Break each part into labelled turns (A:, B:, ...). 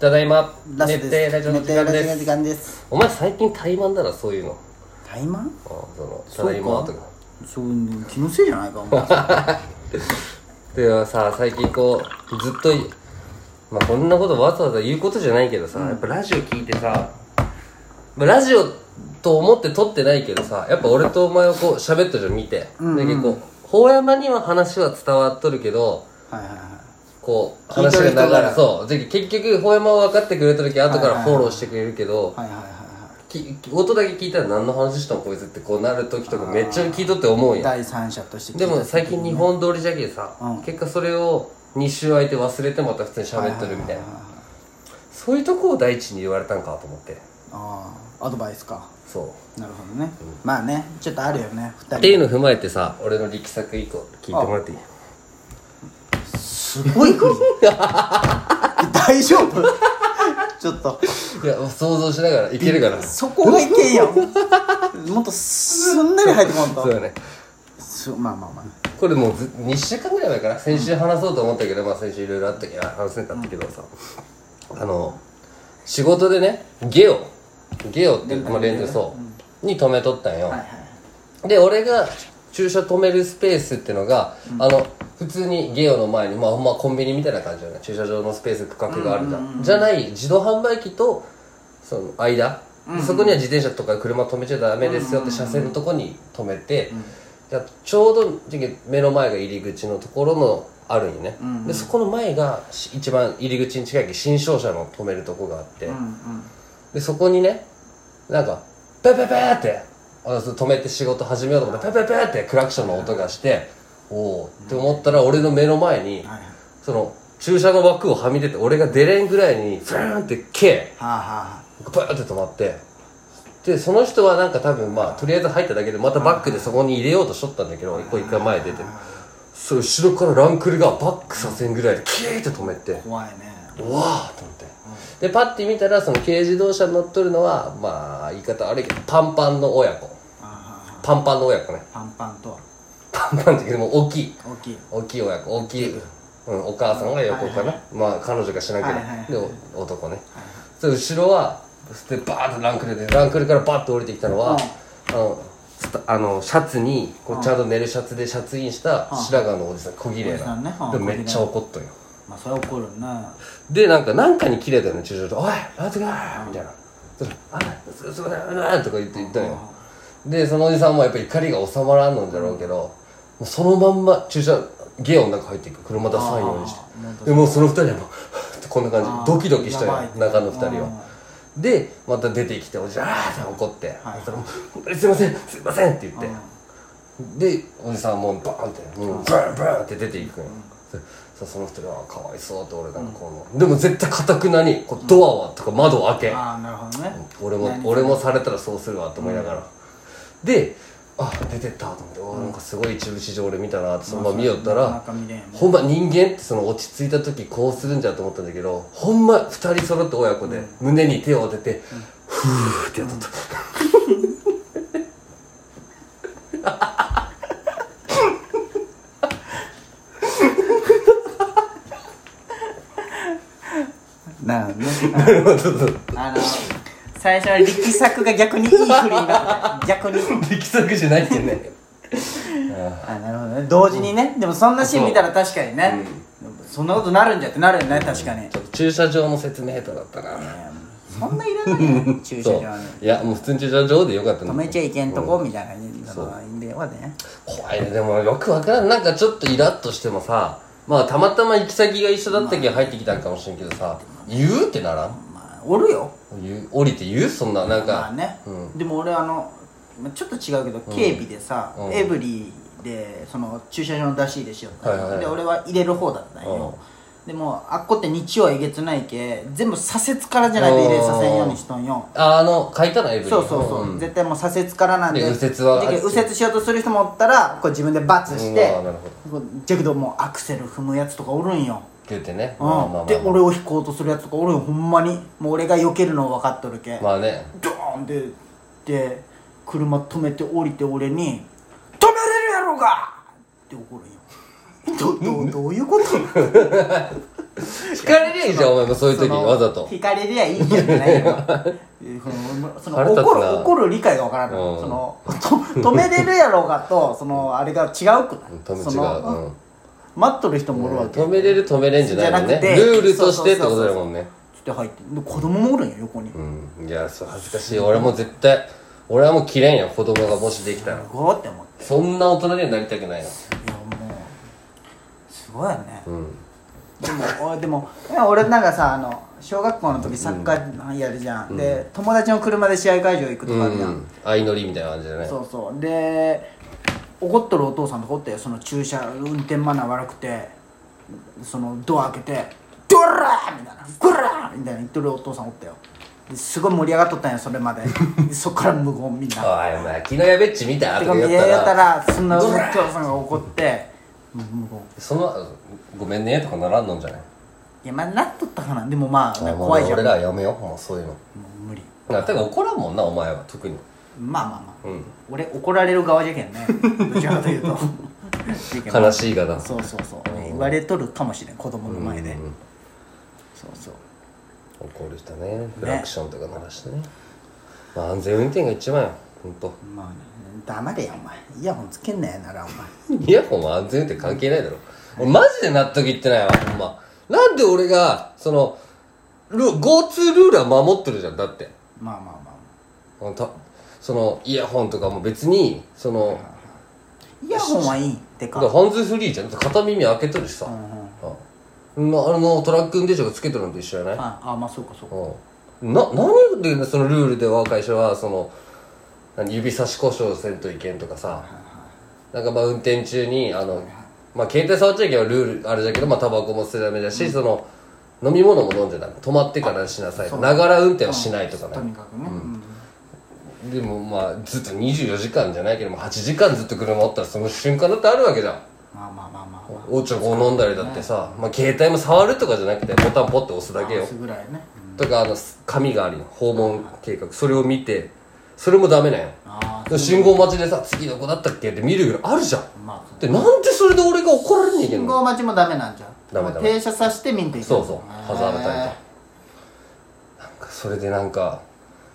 A: ただいま
B: ラス
A: 熱
B: です
A: 帯ラジオの時間
B: 熱帯
A: で
B: ラジオの
A: す
B: 時間です
A: お前最近怠慢だなそういうの
B: 怠慢
A: あそのた
B: そう
A: だいまとか
B: かそう気のせいじゃないかお 前
A: ではさ最近こうずっといまあこんなことわざわざ言うことじゃないけどさ、やっぱラジオ聞いてさ、まあ、ラジオと思って撮ってないけどさやっぱ俺とお前をこう喋ったじゃん見て、
B: うんうん
A: で結構法山には話は伝わっとるけど
B: はいはいは
A: こう
B: 聞い
A: 話
B: と
A: が流
B: る人が
A: れそうで結局法山は分かってくれた時後か
B: はいはいは
A: ら
B: い
A: フォローしてくれるけど、
B: いはいはいはい
A: き音だけ聞いたら何の話したのこいつってこうなる時とかめっちゃ聞いとって思う
B: はい
A: やん
B: 第三者として聞い
A: で
B: た
A: も最近日本通りじゃけさ、
B: うん
A: 結果それを2週空いて忘れてまた普通に喋っとるみたいな
B: はははは
A: そういうとこを第一に言われたんかと思って
B: ああアドバイスか
A: そ
B: なるほどねまあねちょっとあるよね二人
A: うっていうの踏まえてさ俺の力作以降聞いてもらっていい
B: すご い国大丈夫ちょっと
A: いや想像しながらいけるかな
B: そこがいけんやんもっとすんなり入ってこん
A: そう
B: と
A: だね
B: すまあまあまあ
A: これもうず2週間ぐらい前から先週話そうと思ったけど、まあ先週いろいろあったけど話せなかったけどさ、あの仕事でねゲオゲオってまあレンズそう、に止めとったんよ、
B: はいはい
A: で俺が駐車止めるスペースってのが、あの普通にゲオの前にまあほんまコンビニみたいな感じよね駐車場のスペース区画があるじゃん,、じゃない自動販売機とその間、そこには自転車とか車止めちゃダメですよって車線のとこに止めて、じゃあちょうどじゃ目の前が入り口のところのあるんよね、でそこの前がし一番入り口に近い新商社の止めるとこがあって、
B: うんうん
A: でそこにねなんかペペペーってあそう止めて仕事始めようと思ってペペペーってクラクションの音がしておおって思ったら俺の目の前に
B: はいはいは
A: その駐車の枠をはみ出て俺が出れんぐらいにフーンってけ
B: あは
A: パーって止まってでその人はなんか多分まあとりあえず入っただけでまたバックでそこに入れようとしとったんだけど一個一回前出てそれ後ろからランクルがバックさせんぐらいでキーって止めて
B: あ怖いね
A: うわーと思って、でパッて見たらその軽自動車に乗っとるのはまあ言い方悪いけどパンパンの親子
B: ああ
A: パンパンの親子ね
B: パンパンと
A: パンパンって言うけどもう大きい
B: 大きい
A: 大きい親子大きい、うん、お母さんが横かな、まあ彼女が知らんけど、
B: はいはいはい
A: でお男ね、それ後ろはでバーッとランクルでランクルからバッと降りてきたのは、あのスタあのシャツにこうちゃんと寝るシャツでシャツインした白髪のおじさん小綺麗
B: おじさ
A: な、
B: んねうん
A: でもめっちゃ怒っとんよ
B: まあそれは怒るな
A: でなんかなんかに切れたよね駐車場で「おい待ってくれ!」みたいな「そしたらあすすいませんうわ」とか言って言ったんよでそのおじさんもやっぱ怒りが収まらんのんだろうけどもうそのまんま駐車ゲオの中入っていく車出さんようにして
B: あーなるほど
A: でもうその二人はもう はぁってこんな感じ
B: あー
A: ドキドキしたよ
B: やばいね
A: 中の二人はでまた出てきておじさんあーって怒って、それも本当にすいませんすいません」って言って、でおじさんもうバーンってもうバンバンって出ていくんよ、そその人が「かわいそう」って俺なんかこう、でも絶対かたくなにこうドアはとか窓を開け、
B: ああなるほどね
A: 俺も俺もされたらそうするわと思いながら、であ出てったと思って、おなんかすごい一部始終俺見たなってそのまま見よったら、
B: 中見れんよね
A: ほんま人間ってその落ち着いた時こうするんじゃと思ったんだけどほんま二人揃って親子で胸に手を当てて、ふーってやっとった、
B: なるほどね
A: ちょっと
B: あの最初は力作が逆にいい振りが逆に
A: 力作じゃないってね
B: あなるほどね同時にねでもそんなシーン見たら確かにねそんなことなるんじゃってなるよね確かに
A: ちょっと駐車場の説明とだったな
B: そんないらないね駐
A: そ
B: 車
A: う
B: 場に
A: いやもう普通に駐車場でよかった
B: 止
A: の
B: めちゃいけんとこみたいな感じのがいいんだよね
A: 怖いねでもよくわからんなんかちょっとイラッとしてもさまあたまたま行き先が一緒だったけん入ってきたんかもしれんけどさ言うってならん
B: まあおるよ
A: 言う降りて言うそんななん
B: まあ
A: か
B: ね、でも俺あのまあちょっと違うけど警備でさ、
A: うん
B: エブリーでその駐車場の出し入れしよったんよ、
A: はいはいはい
B: で俺は入れる方だったんよ、でもあっこって日曜えげつないけ全部左折からじゃないと入れさせんようにしとんよ
A: ああの書いたのエブリィ
B: そうそうそう、絶対もう左折からなんで
A: で右折は
B: で右折しようとする人もおったらこう自分でバツして
A: うんなるほ
B: こうジャクドもうアクセル踏むやつとかおるんよ
A: 言うてね
B: う
A: まあまあまあ
B: んで俺を引こうとするやつとかおるんよほんまにもう俺が避けるの分かっとるけ、
A: まあね
B: ドーンでで車止めて降りて俺に「止めれるやろうが!」って怒るんよどどどういうこと
A: 惹かれりゃいいじゃんお前もそういう時にわざと
B: 引かれりゃいいじゃないよ その
A: 腹立つな
B: 怒る怒る理解がわからんの、
A: うん
B: そのと止めれるやろうがとそのあれが違うくない
A: 多分違、
B: そうの
A: うん
B: 待っとる人もおるわけ、
A: 止めれる止めれんじゃないもんね
B: じゃなくて
A: ルールとしてってことだもんね
B: つって入ってで子供もおるんよ横に、
A: うんいやそう恥ずかしい俺も絶対俺はもう切れんよ子供がもしできたら
B: すごいって思って
A: そんな大人にはなりたくないの
B: いやもうすごいよね、
A: ん
B: でもおでもいや俺なんかさあの小学校の時サッカーやるじゃん、で友達の車で試合会場行くとかあるじゃん、
A: うん相乗りみたいな感じだね
B: そうそうで怒っとるお父さんとかおったよその駐車運転マナー悪くてそのドア開けて「ドラー!」みたいな「ゴラー!」みたいな言っとるお父さんおったよですごい盛り上がっとったんやそ れまでそっから無言みんな
A: おいお前昨日やべっち見た
B: て
A: と
B: か
A: か
B: 見
A: 言
B: え
A: った
B: や
A: ら
B: ったらそんなお
A: ド
B: 父
A: ラー
B: さんが怒って無言
A: そのごめんねとかならんのんじゃない
B: いやまあなっとったかなでもまあなんか
A: もう
B: 怖いじゃん
A: 俺
B: も
A: ら
B: う
A: はやめようもうそういうの
B: 無理
A: だから怒らんもんなお前は特に
B: まあまあまあ、
A: うん
B: 俺怒られる側じゃけんねどちらかというと
A: 悲しいがな
B: そうそうそう言われとるかもしれん子供の前で
A: うん
B: そうそう
A: 怒る人ねクラクションとか鳴らしてねまあ安全運転が一番よほんと
B: まあね黙れやお前イヤホンつけんなやならお前
A: イヤホンは安全運転関係ないだろ俺マジで納得いってないわほんまなんで俺がそのル GoTo ルールは守ってるじゃんだって
B: まあまあま
A: あたそのイヤホンとかも別にその
B: あイヤホンはいいって
A: だ
B: か
A: からハンズフリーじゃん片耳開けとるしさ、
B: う
A: うん
B: う
A: ん
B: ん
A: あのトラック運転手がつけとるのと一緒やね
B: ああまあそうかそうか
A: うんな何でそのルールでは会社はその何指差し故障せんといけんとかさなんかまあ運転中にあの、まあ、携帯触っちゃいけないルールあれだけどまあタバコも捨てダメだし、その飲み物も飲んじゃダメ止まってからしなさいながら運転はしないとか
B: と
A: ね
B: にかくねうん
A: でもまあずっと24時間じゃないけども8時間ずっと車おったらその瞬間だってあるわけじゃん
B: まあまあまあまあま
A: おちょこ飲んだりだってさ、まあ、携帯も触るとかじゃなくてボタンポッて押すだけ
B: あ
A: よ
B: すぐらいねうん
A: とかあの紙があるよ訪問計画それを見てそれもダメなんよ
B: ああ
A: で信号待ちでさ次どこだったっけって見るぐらいあるじゃん
B: まあ
A: でなんでそれで俺が怒られんねいけん
B: 信
A: の
B: 号待ちもダメなんじゃ
A: ダメダメ
B: 停車させて見んといけん
A: そうそうハザードタイなんかそれでなんか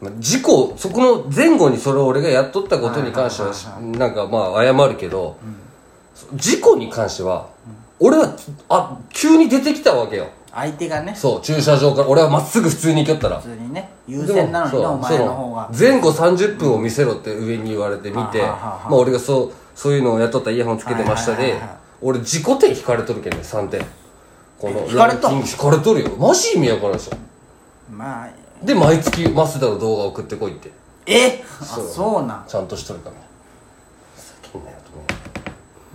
A: まあ事故そこの前後にそれを俺がやっとったことに関してはし
B: は
A: なんかまあ謝るけど、そ事故に関しては俺はあ急に出てきたわけよ
B: 相手がね
A: そう駐車場から俺はまっすぐ普通に行きよったら
B: 普通にね優
A: で
B: 先
A: も
B: なのに
A: そう
B: ねお前
A: そ
B: の方が
A: 前後30分を見せろって上に言われて見て、
B: はあはあはあ
A: まあ俺がそうそういうのをやっとったらイヤホンつけてました
B: はい
A: で
B: はいはいはい
A: 俺自己点引かれとるけんね3点この
B: え引かれた
A: ランキング引かれとるよマジ意味わからんでしょ
B: まあ
A: で毎月マスダの動画送ってこいって
B: えあそうなん
A: ちゃんとしとるから叫んなよと思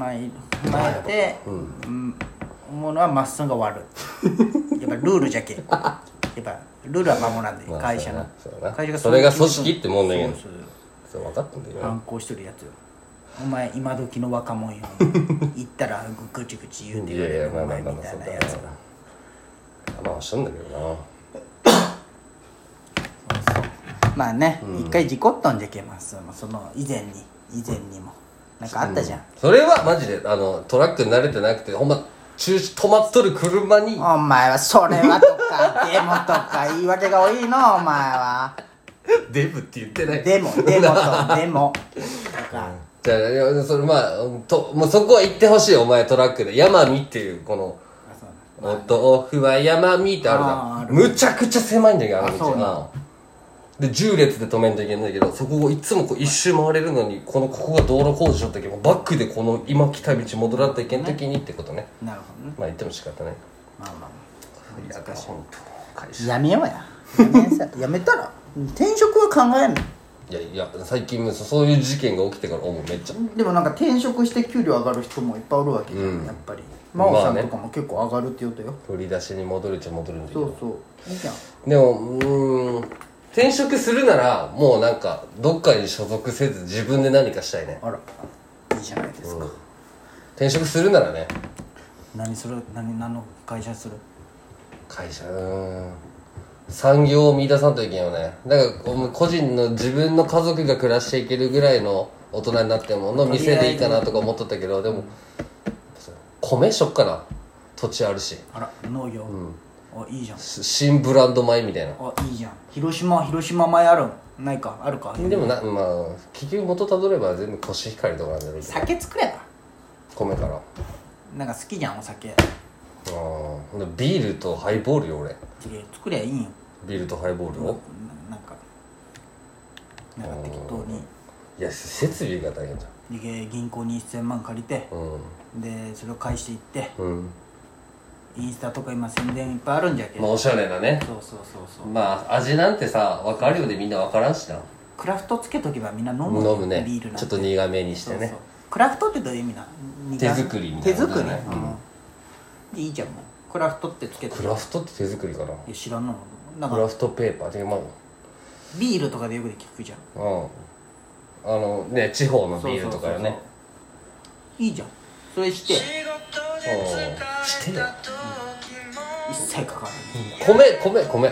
B: まあいまいて、うん、思うのはまっすぐ が悪いやっぱルールじゃけんやっぱルールは守らんでいい、
A: まあ
B: 会社の
A: そうやな
B: 会社
A: それが組織ってもんだけど
B: そうそう
A: うそれ分かってんだけど
B: 反抗してるやつよお前今時の若 者よ行ったらぐちぐち言うて
A: い
B: く
A: やい
B: れ
A: や
B: る
A: まあ
B: お
A: まあ
B: 前
A: まあ
B: み
A: まあそ
B: たいうな
A: だ
B: や
A: な
B: つが
A: まあしとんだけどな
B: まあね一回事故ったんじゃけんますその以前に以前にもなんかあったじゃん
A: それはマジであのトラックに慣れてなくてほんま中止止まっとる車に
B: お前はそれはとかでもとか言い訳が多いのお前は
A: デブって言ってない
B: でもでも とでもとか
A: じゃあいやそれまあともうそこは言ってほしいお前トラックで山見っていうこの
B: あそう
A: 「お豆腐は山見」ってある
B: あーあ
A: じゃんむちゃくちゃ狭いんだけどあの
B: あそうな
A: 道うんで10列で止めんといけないんだけどそこをいつもこう一周回れるのにこのここが道路工事の時もバックでこの今来た道戻らんといけん時にってことね
B: なるほどね
A: まあ言っても仕方ない
B: まあまあま
A: いや本当会社
B: あやめようややめんさいやめたら転職は考えんの
A: いやいや最近もそそういう事件が起きてから思うめっちゃ
B: でもなんか転職して給料上がる人もいっぱいおるわけじゃん、やっぱり真央さんとかも結構上がるって言うとよ、
A: 振り出しに戻るっちゃ戻るんだけ
B: そ
A: ど
B: うそういいじゃん
A: でもうーん転職するならもうなんかどっかに所属せず自分で何かしたいね
B: あらいいじゃないですか、
A: 転職するならね
B: 何する何何の会社する
A: 会社うーん産業を見出さんといけんよねだからもう個人の自分の家族が暮らしていけるぐらいの大人になってもの店でいいかなとか思っとったけどでも米しょっかな土地あるし
B: あら農業、あいいじゃん
A: す新ブランド米みたいな
B: あいいじゃん広島広島前あるんないかあるか
A: でもなまあ結局元たどれば全部コシヒカリとかなんだろうけど
B: 酒作れば
A: 米からあ
B: なんか好きじゃんお酒
A: あほんでビールとハイボールよ俺
B: いや作りゃいいんよ
A: ビールとハイボールを
B: ななんかなんか適当に
A: いや設備が大変じゃ
B: いけ銀行に1000万借りて
A: んうん
B: でそれを返していって
A: うん
B: インスタとか今宣伝いっぱいあるんじゃけ
A: まあおしゃれなね
B: そうそうそうそう
A: まあ味なんてさ分かるようでみんな分からんしな
B: クラフトつけとけばみんな飲むよ
A: 飲むね
B: ビールなんて
A: ちょっと苦めにして
B: そう
A: ね
B: そうクラフトってどういう意味な苦
A: 手作りみたいな
B: 手作り、
A: ね
B: うん、いいじゃんもうクラフトってつけて
A: クラフトって手作りかない
B: や知らんのなん
A: クラ
B: か
A: フトペーパーでまあ
B: ビールとかでよく聞くじゃん
A: うんあのね地方のビールとかよ
B: そう
A: ね
B: そうそういいじゃんそれして
A: うんしてよ
B: 一切かからない、
A: 米米米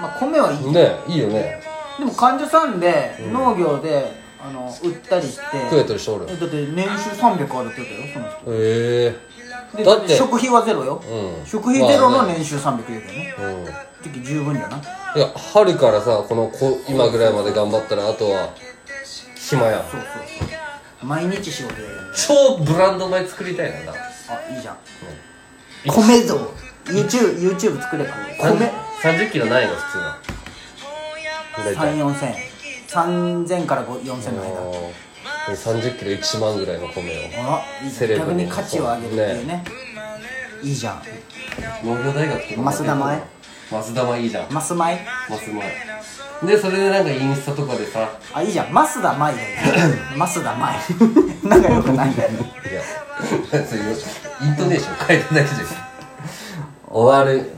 B: まあ、米はいいじゃん
A: ねいいよね
B: でも患者さんで農業で、あの売ったりして
A: 食えてる人おる
B: えだって年収300あるって言ったよその人
A: え
B: で
A: だって
B: 食費はゼロよ、
A: うん
B: 食費ゼロ
A: ま
B: の
A: あね
B: 年収300言うけどね
A: えうん
B: 時十分じゃない
A: いや春からさこのこ今ぐらいまで頑張ったらあとは暇や
B: そうそうそう毎日仕事やる
A: 超ブランド米作りたいなんだ
B: あいいじゃん、米像 YouTube, YouTube 作れば米
A: 3 0キロないの普通の大体
B: 34000円3000から4000の間
A: 3 0キロ1万ぐらいの米を
B: あいいじゃ
A: セ
B: ん
A: レブ
B: 逆
A: に
B: に価値を上げるっていうねいいじゃん
A: 農業大学とか
B: 増田米
A: 増田米いいじゃん
B: マスマイ
A: 増田米でそれでなんかインスタとかでさ
B: あいいじゃんマスダマイがいいマスダマイ なんかよくないんだよね
A: いや、そういうイントネーション変えただけじゃん。終わる。